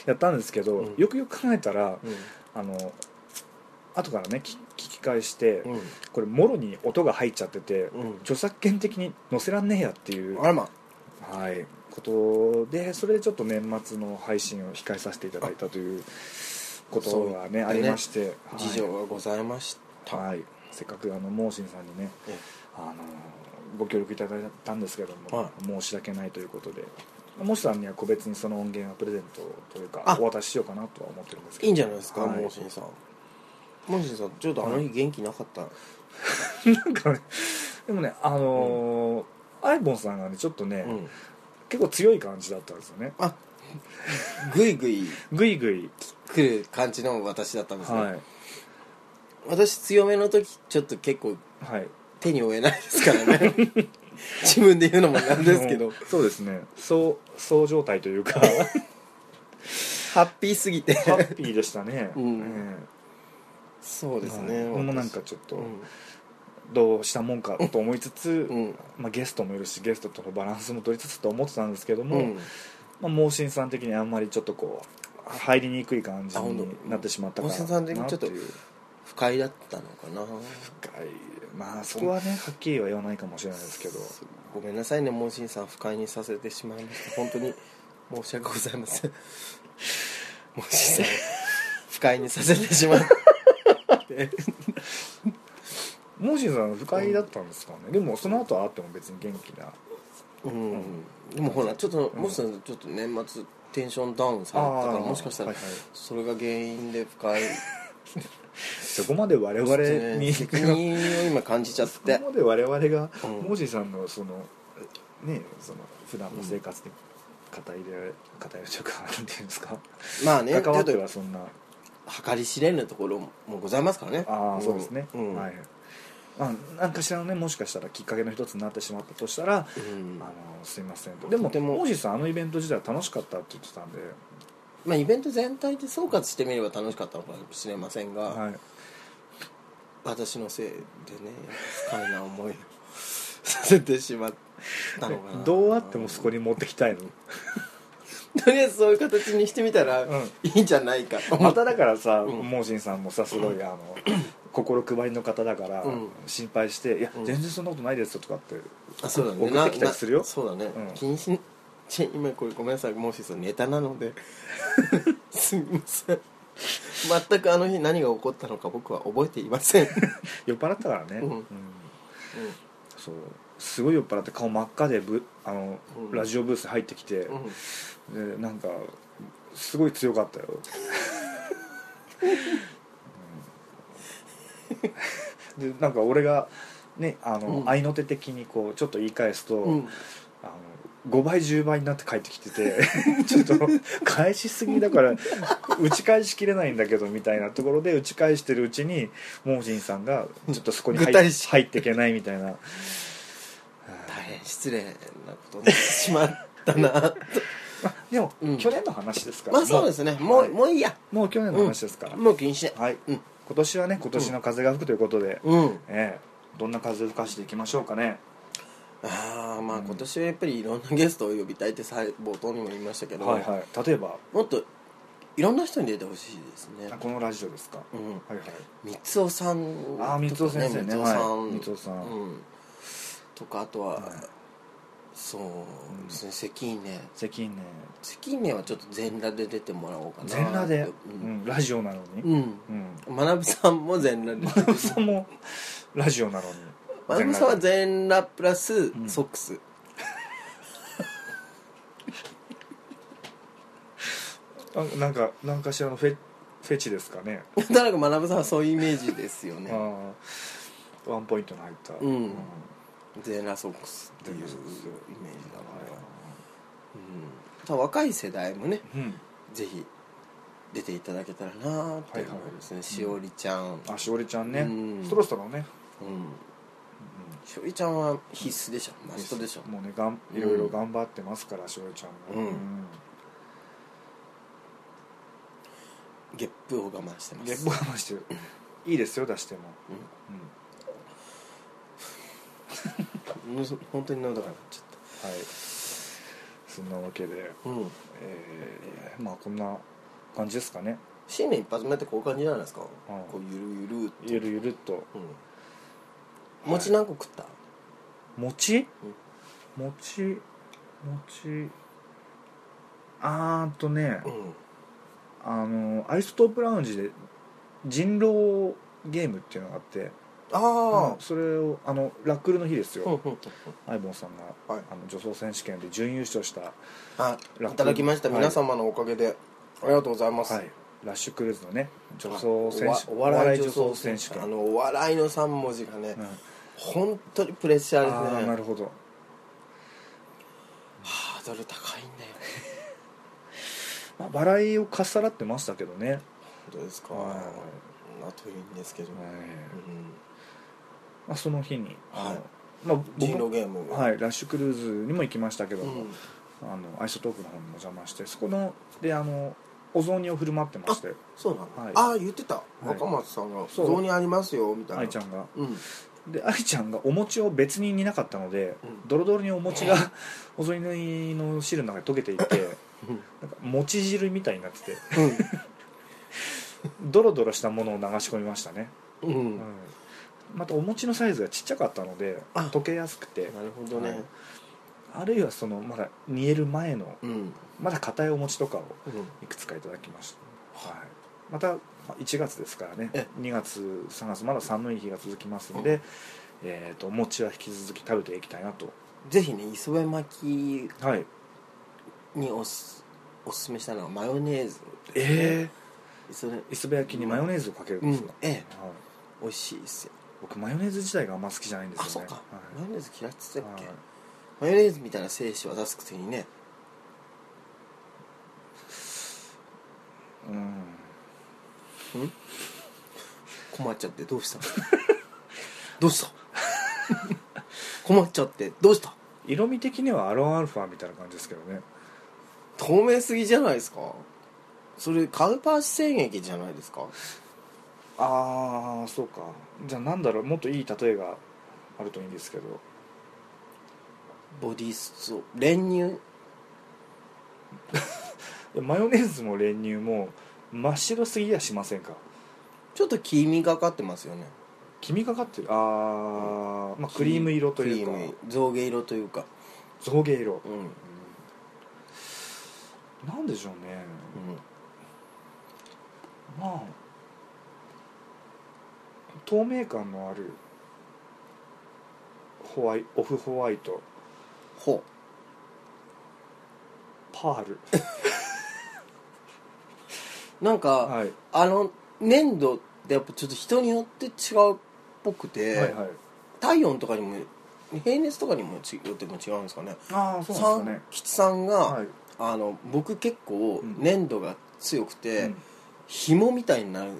S2: やったんですけど、
S1: うん
S2: よくよく考えたらあの後からね聞聞き返して、
S1: うん
S2: これもろに音が入っちゃってて、
S1: うん
S2: 著作権的に載せらんねえやっていう
S1: あらま
S2: はい、ことでそれでちょっと年末の配信を控えさせていただいたということがね
S1: そう
S2: ありまして、はい
S1: 事情がございました、
S2: はいせっかくあのモーシンさんにね
S1: え
S2: あのご協力いただいたんですけども、
S1: は
S2: 申し訳ないということでモーシンさんには個別にその音源はプレゼントというか
S1: あ
S2: お渡ししようかなとは思ってるんです
S1: え
S2: け
S1: いい
S2: ど
S1: んじゃないですか、
S2: はい
S1: モーシンさんモーシンさんちょっとあの日元気なかった、
S2: なんかね でもねあのーアイボンさんがねちょっとね、
S1: うん
S2: 結構強い感じだったんですよね
S1: あぐいぐい
S2: グイグイ
S1: 来る感じの私だったんですね、
S2: は
S1: 私強めの時ちょっと結構
S2: い、はい、
S1: 手に負えないですから ね自分で言うのもなんですけ
S2: あ
S1: ど
S2: のそうですねそうそう状態とい うか
S1: ハッピーすぎて
S2: ハッピーでしたね、
S1: うん
S2: ええ
S1: そうですね、
S2: はい僕もなん
S1: 私
S2: かちょっと、
S1: うん
S2: どうしたもんかと思いつつ、
S1: うん
S2: まあ、ゲストもいるしゲストとのバランスも取りつつと思ってたんですけども、
S1: うん
S2: まあ、盲信さん的にあんまりちょっとこう入りにくい感じ
S1: あ本当
S2: になってしまったか
S1: 大
S2: ら
S1: 瀬さん的にちょっと
S2: なていう
S1: 不快だったのかな
S2: 深いまあそこはねはっきりは言わないかもしれないですけど
S1: ごめんなさいねモンシンさん不快にさせてしまいました本当に申し訳ございませ んモンシンさん不快にさせてしまう
S2: 盲信さん不快だったんですかね、でもその後は会っても別に元気な
S1: うんでもほらちょっともしかしたらちょっと年末テンションダウンされたから
S2: あー
S1: もしかしたら
S2: はいはい
S1: それが原因で不快
S2: そこまで我々に、
S1: ね責 任を今感じちゃっ
S2: そ
S1: て
S2: こまで我々が
S1: うん
S2: モジさんのそのねその普段の生活で肩入れられ肩入れちゃうかなんていうんですか
S1: まあね
S2: 関わって
S1: ちょ
S2: は
S1: っ
S2: そんな
S1: と計り知れぬところもございますからね
S2: ああ
S1: ん
S2: そうですね、
S1: ん
S2: はいあなんかしらのねもしかしたらきっかけの一つになってしまったとしたら、
S1: うん
S2: あのすいませんとで
S1: と
S2: も
S1: ても
S2: モジさんあのイベント自体は楽しかったって言ってたんで、
S1: まあイベント全体で総括してみれば楽しかったのかもしれませんが、
S2: はい、
S1: 私のせいでねやっぱ不快な思いをさせてしまったのかな
S2: どうあってもそこに持ってきたいの
S1: とりあえずそういう形にしてみたら、
S2: うん
S1: いいんじゃないかと思
S2: ま
S1: って
S2: ただからさ、
S1: うん
S2: モージンさんもさすごいあの心配りの方だから
S1: うん
S2: 心配して「いや
S1: うん
S2: 全然そんなことないですよ」とかって
S1: あそうだね
S2: 送ってきたりするよ
S1: ななそうだね、
S2: うん
S1: 禁止ち 今これごめんなさいもう一つネタなので すみません全くあの日何が起こったのか僕は覚えていません
S2: 酔っ払ったからね、
S1: うん
S2: そうすごい酔っ払って顔真っ赤でブあの、
S1: うん
S2: ラジオブース入ってきて
S1: う、ん
S2: でなんかすごい強かったよ、うんでなんか俺がねあの、
S1: うん
S2: 合いの手的にこうちょっと言い返すと、
S1: うん
S2: あの5倍10倍になって帰ってきてて ちょっと返しすぎだから打ち返しきれないんだけどみたいなところで打ち返してるうちにモージンさんがちょっとそこに入
S1: ぐっ
S2: っ
S1: たりし
S2: 入っていけないみたいな
S1: 大変失礼なことになってしまった な
S2: でも、
S1: うん
S2: 去年の話ですから
S1: まあそうですねもう,、
S2: はい
S1: もういいや
S2: もう去年の話ですから、
S1: もう気にしない
S2: はい、
S1: うん
S2: 今年はね今年の風が吹くということで、
S1: うん
S2: ええどんな風吹かしていきましょうかね
S1: ああまあ
S2: うん
S1: 今年はやっぱりいろんなゲストを呼びたいってさい冒頭にも言いましたけど、
S2: はいはい例えば
S1: もっといろんな人に出てほしいですね
S2: あこのラジオですか、
S1: うん
S2: はいはい
S1: 三尾さんとか
S2: あー三尾先生ね
S1: 三尾さん、
S2: はい三尾さん
S1: うん、とかあとは、
S2: はい
S1: そうですね、関根
S2: 関ね
S1: 関根はちょっと全裸で出てもらおうかな
S2: 全裸で、
S1: う、
S2: うんん、ラジオなのに、
S1: うん
S2: うん
S1: 学さんも全裸で
S2: マナブさんもラジオなのに
S1: 学さんは全裸プラス
S2: ん
S1: ソックス、
S2: あなんかなんかしらのフェフェチですかね、
S1: なんとなく学さんはそういうイメージですよね
S2: ああワンポイントの入った、
S1: うん全裸ソックスっていうイメージだから、うん、ただ若い世代もね
S2: うん
S1: ぜひ出ていただけたらなっていう思いですね、しおりちゃん、
S2: あしおりちゃんね、
S1: うん
S2: そろそろね、
S1: うん、しおりちゃんは必須でしょ、マストでしょ
S2: もうねがんいろいろ頑張ってますから、しおりちゃんも、
S1: うんゲップを我慢してます
S2: ゲップ我慢してるいいですよ出しても、うん
S1: うん本当に喉が鳴っちゃっ
S2: はいそんなわけで、
S1: たうん
S2: えーまあこんな感じですかね
S1: 新年一発目ってこういう感じじゃないですか、
S2: ん
S1: こうゆるゆるって
S2: ゆるゆるっと
S1: うん餅何個食った、
S2: 餅、餅餅あーっとね、
S1: うん
S2: あのアイストープラウンジで人狼ゲームっていうのがあって
S1: あ
S2: うんそれをあのラックルの日です
S1: あ、うん
S2: よ、
S1: うんうん、
S2: アイボンさんが、
S1: はい
S2: あの女装選手権で準優勝した、は
S1: あ
S2: ラック
S1: いただきました、
S2: はい
S1: 皆様のおかげでありがとうございます、
S2: い、ラッシュクルーズのね女装選手
S1: お笑い女
S2: お
S1: 装
S2: 笑
S1: 選
S2: い
S1: 手
S2: 女装
S1: 権あ
S2: 権
S1: のお笑いの3文字がね、
S2: うん
S1: 本当にプレッシャーですね
S2: ああなるほど
S1: ハードル高いんだよ
S2: まあ笑いをかっさらってましたけどね、
S1: 本当ですか
S2: は
S1: なといいんですけど、
S2: まあ、その日に、あの
S1: はい
S2: まあ、
S1: うん、
S2: 僕
S1: 人狼ゲーム
S2: はい、ラッシュクルーズにも行きましたけど
S1: う
S2: も、
S1: ん、
S2: あのアイソトークの方にお邪魔してそこのであのお雑煮を振る舞ってまして
S1: そうなの、
S2: はい
S1: ああ言ってた、
S2: い
S1: 若松さんが「
S2: そう
S1: 雑煮ありますよ」みたいな
S2: 愛ちゃんが
S1: うん
S2: で愛ちゃんがお餅を別に煮なかったので、
S1: うん
S2: ドロドロにお餅が お雑煮の汁の中で溶けていてなんか餅汁みたいになっててドロドロしたものを流し込みましたね、
S1: うん、う
S2: うん
S1: ん、
S2: またお餅のサイズがちっちゃかったので
S1: あ
S2: 溶けやすくて
S1: なるほどね、
S2: はいあるいはそのまだ煮える前の
S1: うん、うん、
S2: まだ硬いお餅とかをいくつかいただきました、はい、またまあ1月ですからね
S1: え
S2: 2月3月まだ寒い日が続きますんで、えー、とお餅は引き続き食べていきたいなと
S1: ぜひね磯辺巻き
S2: はい
S1: におすおすすめしたのはマヨネーズ
S2: え
S1: それ
S2: ー、磯辺焼きにマヨネーズをかけるん
S1: う
S2: です
S1: ん
S2: か、
S1: ええ
S2: はい、
S1: 美味しいですよ
S2: 僕マヨネーズ自体があんま好きじゃないんで
S1: あ
S2: す
S1: そ
S2: よ
S1: うか、
S2: ねはい
S1: マヨネーズ嫌いって言ってたっけ、
S2: はい
S1: マヨネーズみたいな精子は出すくせにね
S2: うん
S1: 困っちゃってどうした どうした困っちゃってどうした
S2: 色味的にはアロンアルファみたいな感じですけどね
S1: 透明すぎじゃないですかそれカウパー子原液じゃないですか
S2: ああそうかじゃあなんだろうもっといい例えがあるといいんですけど
S1: ボディスを練乳
S2: いやマヨネーズも練乳も真っ白すぎやしませんか
S1: ちょっと黄身がかってますよね
S2: 黄身がかってるああ、まあ、クリーム色というか
S1: クリーム象牙色というか
S2: 象牙色
S1: う、ん、うん、
S2: なんでしょうねまあ透明感のあるホワイオフホワイト
S1: ほう
S2: パール
S1: なんか、
S2: はい、
S1: あの粘土ってやっぱちょっと人によって違うっぽくて、
S2: はいはい
S1: 体温とかにも平熱とかにもちよっても違うんですかね
S2: ああそうなんですかね
S1: 三吉さんが、
S2: はい、
S1: あの僕結構
S2: うん
S1: 粘土が強くて、
S2: うん
S1: 紐みたいになる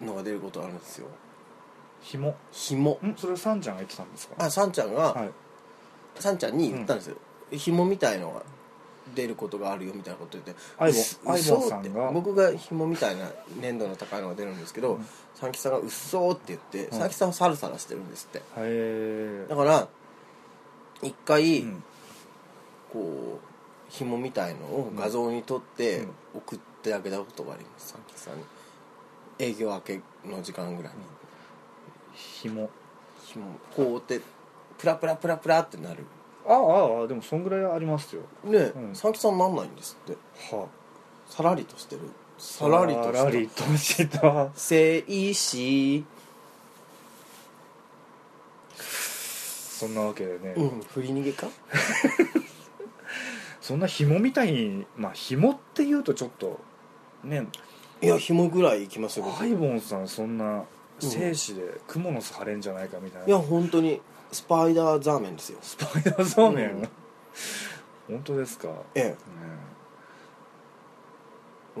S1: のが出ることあるんですよ
S2: 紐
S1: 紐
S2: んそれはサンちゃんが言ってたんですか
S1: あさんちゃんが、
S2: はい
S1: さんちゃんに言ったんですよ、紐みたいのが出ることがあるよみたいなこと言って
S2: アイボン
S1: 嘘
S2: アイボン
S1: 嘘
S2: さ
S1: って
S2: んが
S1: 僕が紐みたいな粘土の高いのが出るんですけど、
S2: うん
S1: さんきさんが「うっそ」って言って、
S2: うん
S1: さんきさんはサルサラしてるんですって
S2: へ
S1: だから一回、
S2: えうん
S1: こう紐みたいのを画像に撮って
S2: うん
S1: 送ってあげたことがありますさんきさんに営業明けの時間ぐらいに
S2: 紐
S1: 紐こうってプラプラプラプラってなる
S2: ああああでもそんぐらいありますよ
S1: ね
S2: うん
S1: さんきさんなんないんですって
S2: は
S1: さらりとしてるさらりと
S2: さら
S1: し
S2: り
S1: た
S2: とした
S1: 静止
S2: そんなわけでね、
S1: うん振り逃げか
S2: そんな紐みたいにまあ紐っていうとちょっとね
S1: いや紐ぐらいいきますよ僕
S2: ハイボンさんそんな生死で蜘蛛の巣張れんじゃないかみたいな、
S1: いや本当にスパイダーザーメンですよ
S2: スパイダーザーメン、
S1: うん
S2: 本当ですかね
S1: ええ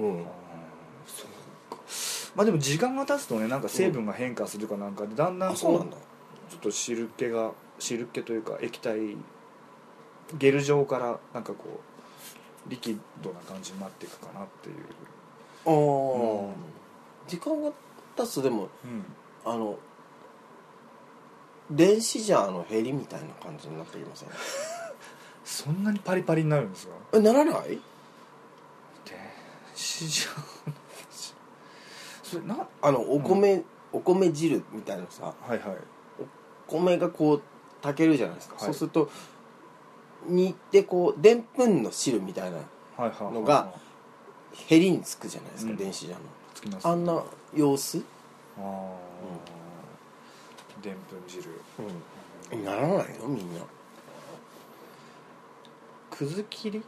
S1: う
S2: あ
S1: ん
S2: ーそうかまあでも時間が経つとねなんか成分が変化するかなんかでだんだん
S1: あ
S2: こ
S1: そうなんだ
S2: ちょっと汁気が汁気というか液体ゲル状からなんかこうリキッドな感じになっていくかなっていう、
S1: ああ、
S2: うん
S1: 時間が経つとでも
S2: うん、
S1: あの電子ジャーの減りみたいな感じになってきません
S2: そんなにパリパリになるんですか
S1: えならない
S2: 電子じゃんそれなは
S1: あのお米、お米汁みたいなさ
S2: いはい
S1: 米がこう炊けるじゃないですか、
S2: はい
S1: そうすると煮てこうでんぷんの汁みたいな
S2: はいはいはい
S1: のが減りにつくじゃないですか、
S2: うん
S1: 電子ジャーの
S2: つきます
S1: あんな様子、
S2: あーでんぷん汁
S1: ならないよみんな
S2: くず切り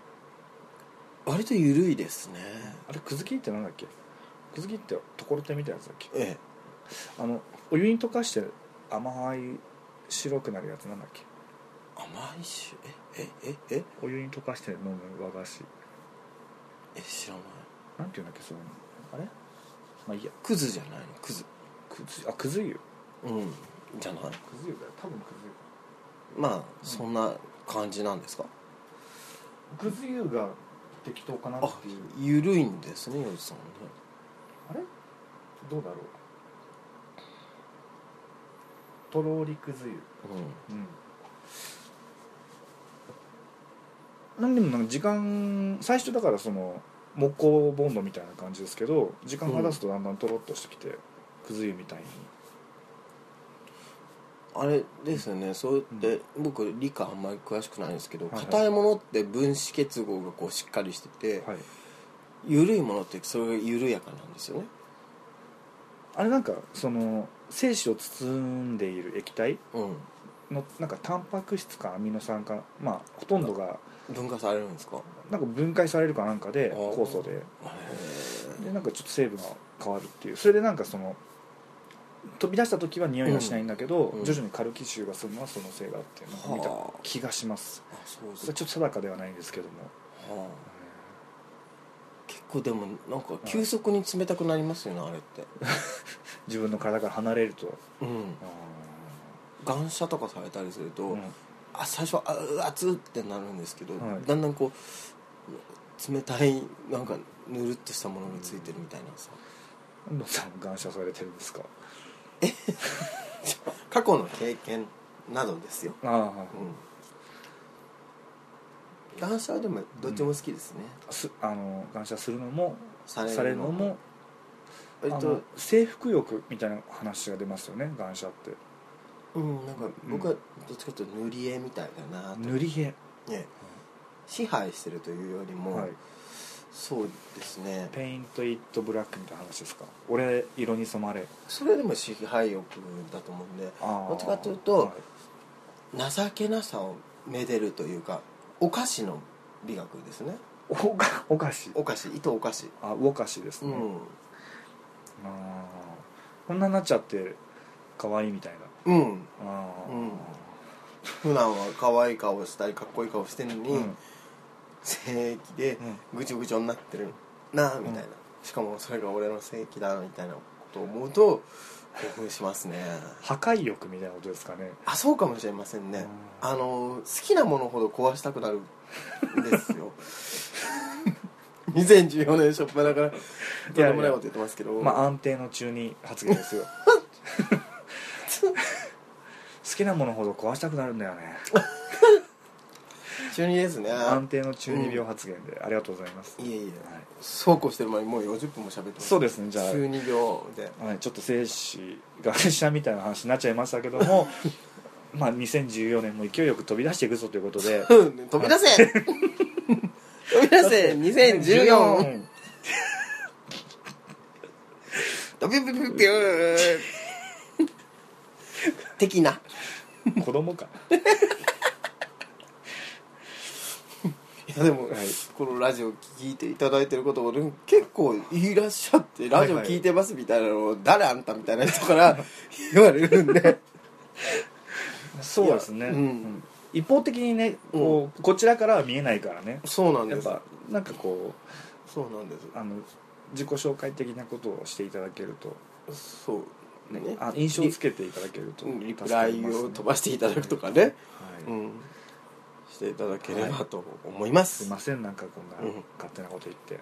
S1: 割と緩いですね
S2: あれくず切りってなんだっけくず切りってところてんみたいなやつだっけ
S1: え
S2: あのお湯に溶かして甘い白くなるやつなんだっけ
S1: え甘いしええええ
S2: お湯に溶かして飲む和菓子
S1: え知らない
S2: なんていうんだっけそういうのあれまあいいや
S1: クズじゃないのクズ
S2: くずあくず湯
S1: うんじゃない
S2: くず湯だよ多分くず湯
S1: まあそんな感じなんですか
S2: くず湯が適当かな
S1: あ緩いんですね洋治さんはね
S2: あれどうだろうトローリクズユ
S1: う
S2: うんなんでもなんか時間最初だからその木工ボンドみたいな感じですけど時間が経つとだんだんとろっとしてきて、くず湯みたいに
S1: んあれですよねそうやって、僕理科あんまり詳しくないんですけど
S2: はいはい
S1: 硬、い、ものって分子結合がこうしっかりしてて、
S2: はい
S1: 緩いものってそれが緩やかなんですよね
S2: あれなんかその精子を包んでいる液体
S1: う
S2: のなんかタンパク質かアミノ酸かまあほとんどが
S1: ん分化されるんですか
S2: なんか分解されるかなんかで
S1: あー
S2: 酵素で
S1: へえ
S2: でなんかちょっと成分が変わるっていうそれでなんかその飛び出した時は匂いはしないんだけど、
S1: うんうん
S2: 徐々にカルキ臭がするのはそのせいだっていうのを見た
S1: はあ
S2: 気がします
S1: あそうで
S2: ち
S1: す
S2: ょ
S1: か
S2: っと定かではないんですけども
S1: はあ結構でもなんか急速に冷たくなりますよねあれって
S2: 自分の体から離れると
S1: うん願射とかされたりすると、
S2: うん
S1: あ最初はあう熱っってなるんですけど、
S2: はい
S1: だんだんこう冷たいなんかぬるっとしたものがついてるみたいなさ、
S2: 安藤さん感謝されてるんですか
S1: 過去の経験などですよ
S2: ああ、
S1: うん願射はでもどっちも好きですね、
S2: すあの感謝するのも
S1: さ
S2: されるのも
S1: 割
S2: あ
S1: と
S2: の征服欲みたいな話が出ますよね感謝って
S1: うんなんか
S2: うん
S1: 僕はどっちかというと塗り絵みたいだなと、
S2: 塗り絵、
S1: ね支配してるというよりも、
S2: はい、
S1: そうですね
S2: ペイント・イット・ブラックみたいな話ですか俺色に染まれ
S1: それでも支配欲だと思うんで
S2: ど
S1: どっちかというと情けなさをめでるというかお菓子の美学ですね
S2: おかお菓子
S1: お菓子糸お菓子
S2: あお菓子です
S1: う
S2: ね、
S1: ん、
S2: ああこんなになっちゃって可愛いみたいな
S1: うん、
S2: ああ、
S1: うん普段は可愛い顔したりかっこいい顔してるのに、
S2: うん
S1: 性癖でぐちょぐちょになってるなあみたいな、しかもそれが俺の性癖だみたいなことを思うと興奮しますね
S2: 破壊欲みたいなことですかね
S1: あそうかもしれませんね
S2: うん
S1: あの好きなものほど壊したくなるんです よ2014年初っ端からとんでもないこと言ってますけど
S2: まあ安定の中に発 言ですよ好きなものほど壊したくなるんだ よね
S1: 中二ですね
S2: 安定の中二病発言で、ありがとうございます
S1: いえいえ
S2: はい
S1: そうこうしてる前にもう40分も喋ってます
S2: そうですねじゃあ
S1: 中二秒で
S2: はい、ちょっと精子がしたみたいな話になっちゃいましたけどもまあ2014年も勢いよく飛び出していくぞということで
S1: 飛び出せ 飛び出 せ2014
S2: 14
S1: ドビュビュビュビュー 的な
S2: 子供か
S1: いやでも、
S2: はい
S1: このラジオ聞いていただいてることも結構いらっしゃってラジオ聞いてますみたいなのを誰あんたみたいな人から 言われるんで
S2: そうですね、
S1: いやうん
S2: うん一方的にねこう、こちらからは見えないからね
S1: そうなん
S2: や
S1: で
S2: っ
S1: す
S2: ぱなんかこ
S1: そうなんです
S2: うあの自己紹介的なことをしていただけると、
S1: そう
S2: ね
S1: ね
S2: あ印象をつけていただけると
S1: リリプライを飛ば
S2: し
S1: していただくとかね、
S2: はい
S1: うん、していただければと思いますす、
S2: いませんなんかこんな
S1: うん
S2: 勝手なこと言って、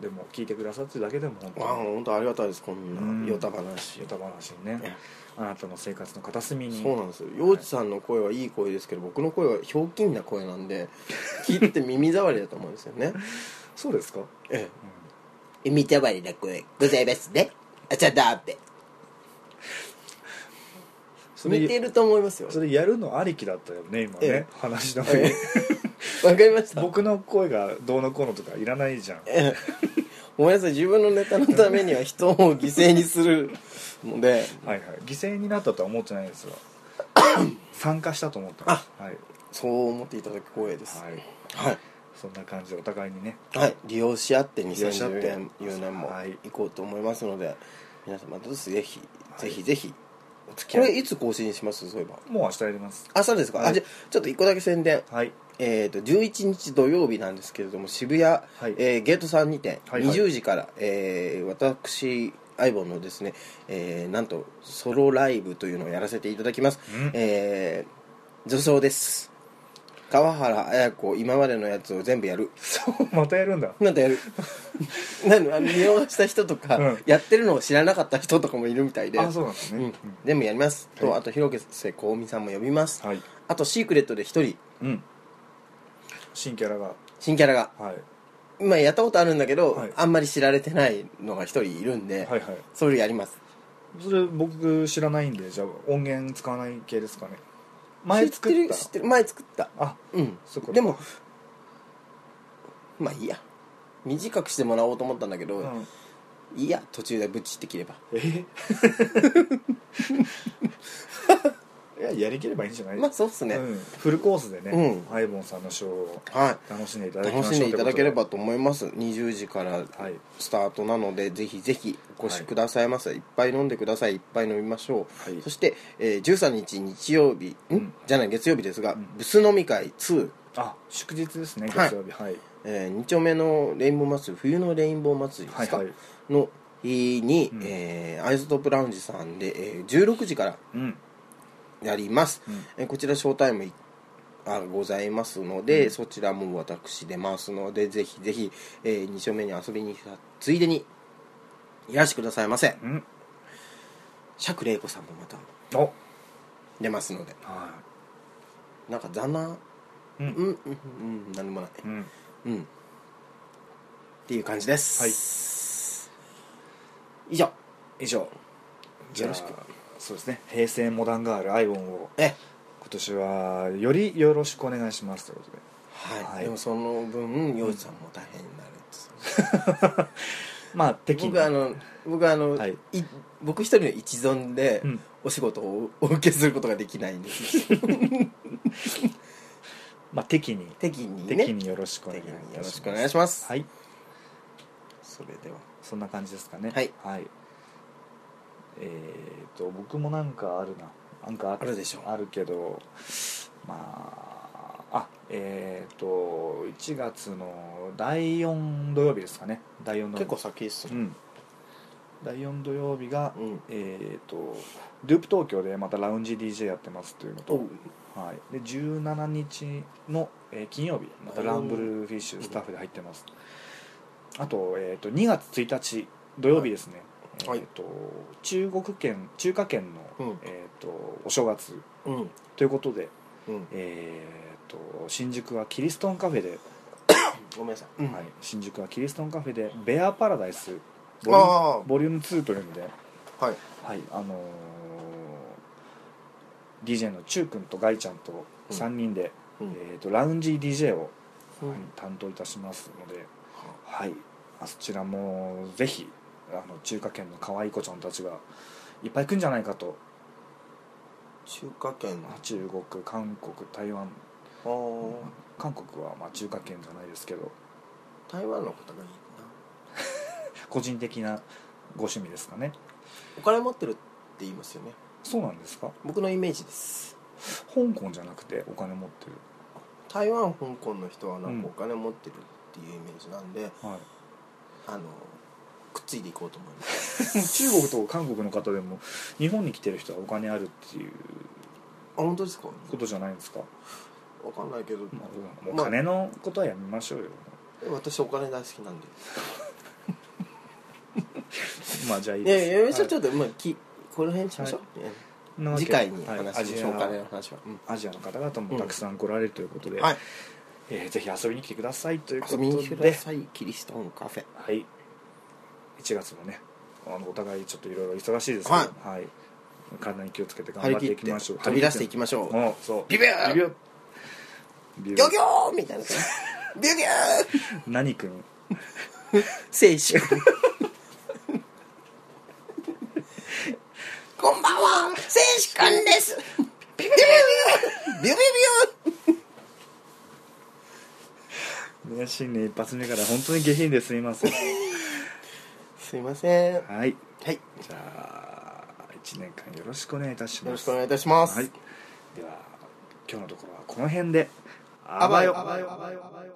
S2: でも聞いてくださってるだけでも本
S1: ああ
S2: 当に
S1: 本当ありがたいですこ
S2: うん
S1: んなヨタ話
S2: ヨタ話にねあなたの生活の片隅に
S1: そうなんですよ陽一さんの声はいい声ですけど僕の声はひょうきんな声なん で聞いて耳障りだと思うんですよね
S2: そうですか、
S1: ええ耳障りな声ございますねあちゃだって
S2: それ
S1: 似てると思いますよ
S2: それやるのありきだったよね今ね、
S1: ええ
S2: 話の、
S1: え えわかりました
S2: 僕の声がどうのこうのとかいらないじゃん
S1: ええごめんなさい自分のネタのためには人を犠牲にするので
S2: はいはい犠牲になったとは思ってない ですよ参加したと思った
S1: あ
S2: はい、
S1: そう思っていただく光栄です
S2: はい、
S1: はい、
S2: そんな感じでお互いにね
S1: はい、利用し合って
S2: 利用し合って
S1: 2014年も
S2: はい
S1: 行こうと思いますので、皆様どうぞぜひ、
S2: い
S1: ぜひぜひ
S2: お付
S1: これいつ更新しますそういえば
S2: もう明日やります
S1: あそうですか、
S2: はい
S1: あじゃあちょっと一個だけ宣伝
S2: はい
S1: えー、と11日土曜日なんですけれども渋谷、
S2: い
S1: えーゲートさんにて
S2: はいはい
S1: 20時から、えー私アイボンのですね、えーなんとソロライブというのをやらせていただきます、
S2: うん
S1: えー女装です川原綾子今までのやつを全部やる
S2: そうまたやるんだ
S1: なんだ やるなんだあの見逃した人とか、
S2: うん
S1: やってるのを知らなかった人とかもいるみたいで
S2: あそうなんですね、
S1: うん全部やります、と
S2: はい
S1: あと広瀬香美さんも呼びます、
S2: はい
S1: あとシークレットで一人
S2: うん新キャラが
S1: 新キャラが
S2: はい
S1: 今やったことあるんだけど、
S2: はい
S1: あんまり知られてないのが一人いるんで、
S2: はいはい
S1: それをやります
S2: それ僕知らないんでじゃあ音源使わない系ですかね前作
S1: 知って
S2: っ
S1: る
S2: た
S1: 知ってる前作った
S2: あ
S1: うん
S2: そっか
S1: でもまあいいや短くしてもらおうと思ったんだけど、
S2: うん
S1: いいや途中でブチって切れば
S2: え いややりきればいいんじゃない
S1: まあそうっすね、
S2: うん、フルコースでね、
S1: う
S2: アイボンさんのショーを
S1: はい
S2: 楽しんでいただきましょう
S1: 楽しんでいただければ
S2: と
S1: と思います20時から
S2: いうことではい
S1: スタートなのでぜひぜひお越しくださいませ、い、っぱい飲んでくださいいっぱい飲みましょう、
S2: はい
S1: そして、えー13日日曜日ん、
S2: うん
S1: じゃない月曜日ですが、
S2: うん
S1: ブス飲み会2、
S2: あ祝日ですね
S1: はい
S2: 月曜日はい
S1: え2丁目のレインボー祭り冬のレインボー祭りで
S2: はい
S1: すか、
S2: はい
S1: の日に、
S2: うん
S1: えーアイソトップラウンジさんで、えー16時から
S2: うん
S1: やります、
S2: うん
S1: えーこちらショータイムいあございますので、そちらも私出ますのでぜひぜひ、え2丁目に遊びに来たついでにいらしてくださいませ
S2: うん
S1: 釈玲子さんもまた
S2: おは
S1: 出ますのでなんかざな
S2: い
S1: う
S2: う
S1: んんうんうん何もない
S2: うん
S1: うんっていう感じですはい以上
S2: 以上じゃあ
S1: よろしく
S2: そうですね平成モダンガールアイボンを
S1: え
S2: 今年はよりよろしくお願いしますということで
S1: はい、
S2: はい
S1: でもその分洋治さんも大変になるんです
S2: まあ敵
S1: 僕あの僕あの、
S2: はい
S1: い、僕一人の一存で
S2: うん
S1: お仕事をお受けすることができないん です、
S2: まあ敵に
S1: 適宜ね
S2: 敵によろしくお願い
S1: 適
S2: い
S1: 宜よ
S2: たします
S1: ろしくお願いします、
S2: はい
S1: それでは
S2: そんな感じですかね
S1: はい、
S2: えー、と僕もなんかあるななんか
S1: あるでしょう
S2: あるけどまああえっ、と1月の第4土曜日ですかね第4土
S1: 結
S2: 曜
S1: 構
S2: 日
S1: 先っす
S2: う
S1: ね
S2: ん第4土曜日が、
S1: うん
S2: えっ、とループ東京でまたラウンジ DJ やってますというのと、
S1: お
S2: はい、で17日の、えー金曜日またランブルフィッシュスタッフで入ってます、あと,、えー、と2月1日土曜日ですね、
S1: はい
S2: えー、と中国圏中華圏の、
S1: うん
S2: えー、とお正月
S1: うん
S2: ということで、
S1: うん
S2: えー、と新宿はキリストンカフェで、
S1: ごめんなさい、うん
S2: はい、新宿はキリストンカフェでベアパラダイスボリューム
S1: あ
S2: ボリューム2というので、
S1: あはい
S2: はいあのー DJ のチュウ君とガイちゃんと3人で、
S1: うん
S2: えー、とラウンジ DJ を、
S1: うん
S2: はい担当いたしますので、はい、あそちらもぜひあの中華圏の可愛い子ちゃんたちがいっぱい来るんじゃないかと
S1: 中華圏の
S2: まあ中国韓国台湾
S1: あー
S2: 韓国はまあ中華圏じゃないですけど
S1: 台湾の方がいいな
S2: 個人的なご趣味ですかね
S1: お金持ってるって言いますよね
S2: そうなんですか
S1: 僕のイメージです
S2: 香港じゃなくてお金持ってる、
S1: 台湾香港の人はなんかお金持ってるっていうイメージなんで、
S2: はい、
S1: あのくっついていこうと思います
S2: でも中国と韓国の方でも日本に来てる人はお金あるっていう
S1: あ本当ですか
S2: ことじゃないんですか、
S1: わかんないけど、
S2: まあ、もう金のことはやめましょうよ、
S1: 私お金大好きなんで
S2: まあじゃあいい
S1: いや
S2: です
S1: いやめちょ
S2: はい
S1: ちょっと、まあきこの辺にしましょう、
S2: な
S1: うん
S2: わけ
S1: 次
S2: で
S1: 回に
S2: はい
S1: 話しましょう、お
S2: アジア
S1: 金の話は、うん
S2: アジアの方々もたくさん来られるということで、
S1: はい
S2: えーぜひ遊びに来てくださいというこ
S1: 遊
S2: と
S1: びに来てくだ
S2: で、
S1: さいキリストンカフェ
S2: はい、1月もねあのお互いちょっといろいろ忙しいですけど、
S1: は
S2: はい体に気をつけて頑
S1: 張
S2: 張
S1: り
S2: って
S1: 切っ
S2: い
S1: て
S2: きましょう
S1: 飛び出していきましょう
S2: もうそう
S1: ビビュー
S2: ビュービュ
S1: ギョギョーみ たいなビュギュー
S2: 何君
S1: 聖書 こんばんは聖書くんですビュビュビュビュビュビュ
S2: ね新年一発目から本当に下品ですいません
S1: すいません
S2: はい
S1: はい
S2: じゃあ1年間よろしくお願いいたします
S1: よろしくお願いいたします、
S2: はい、では今日のところはこの辺で
S1: あばよ
S2: あばよあばよあばよあばよ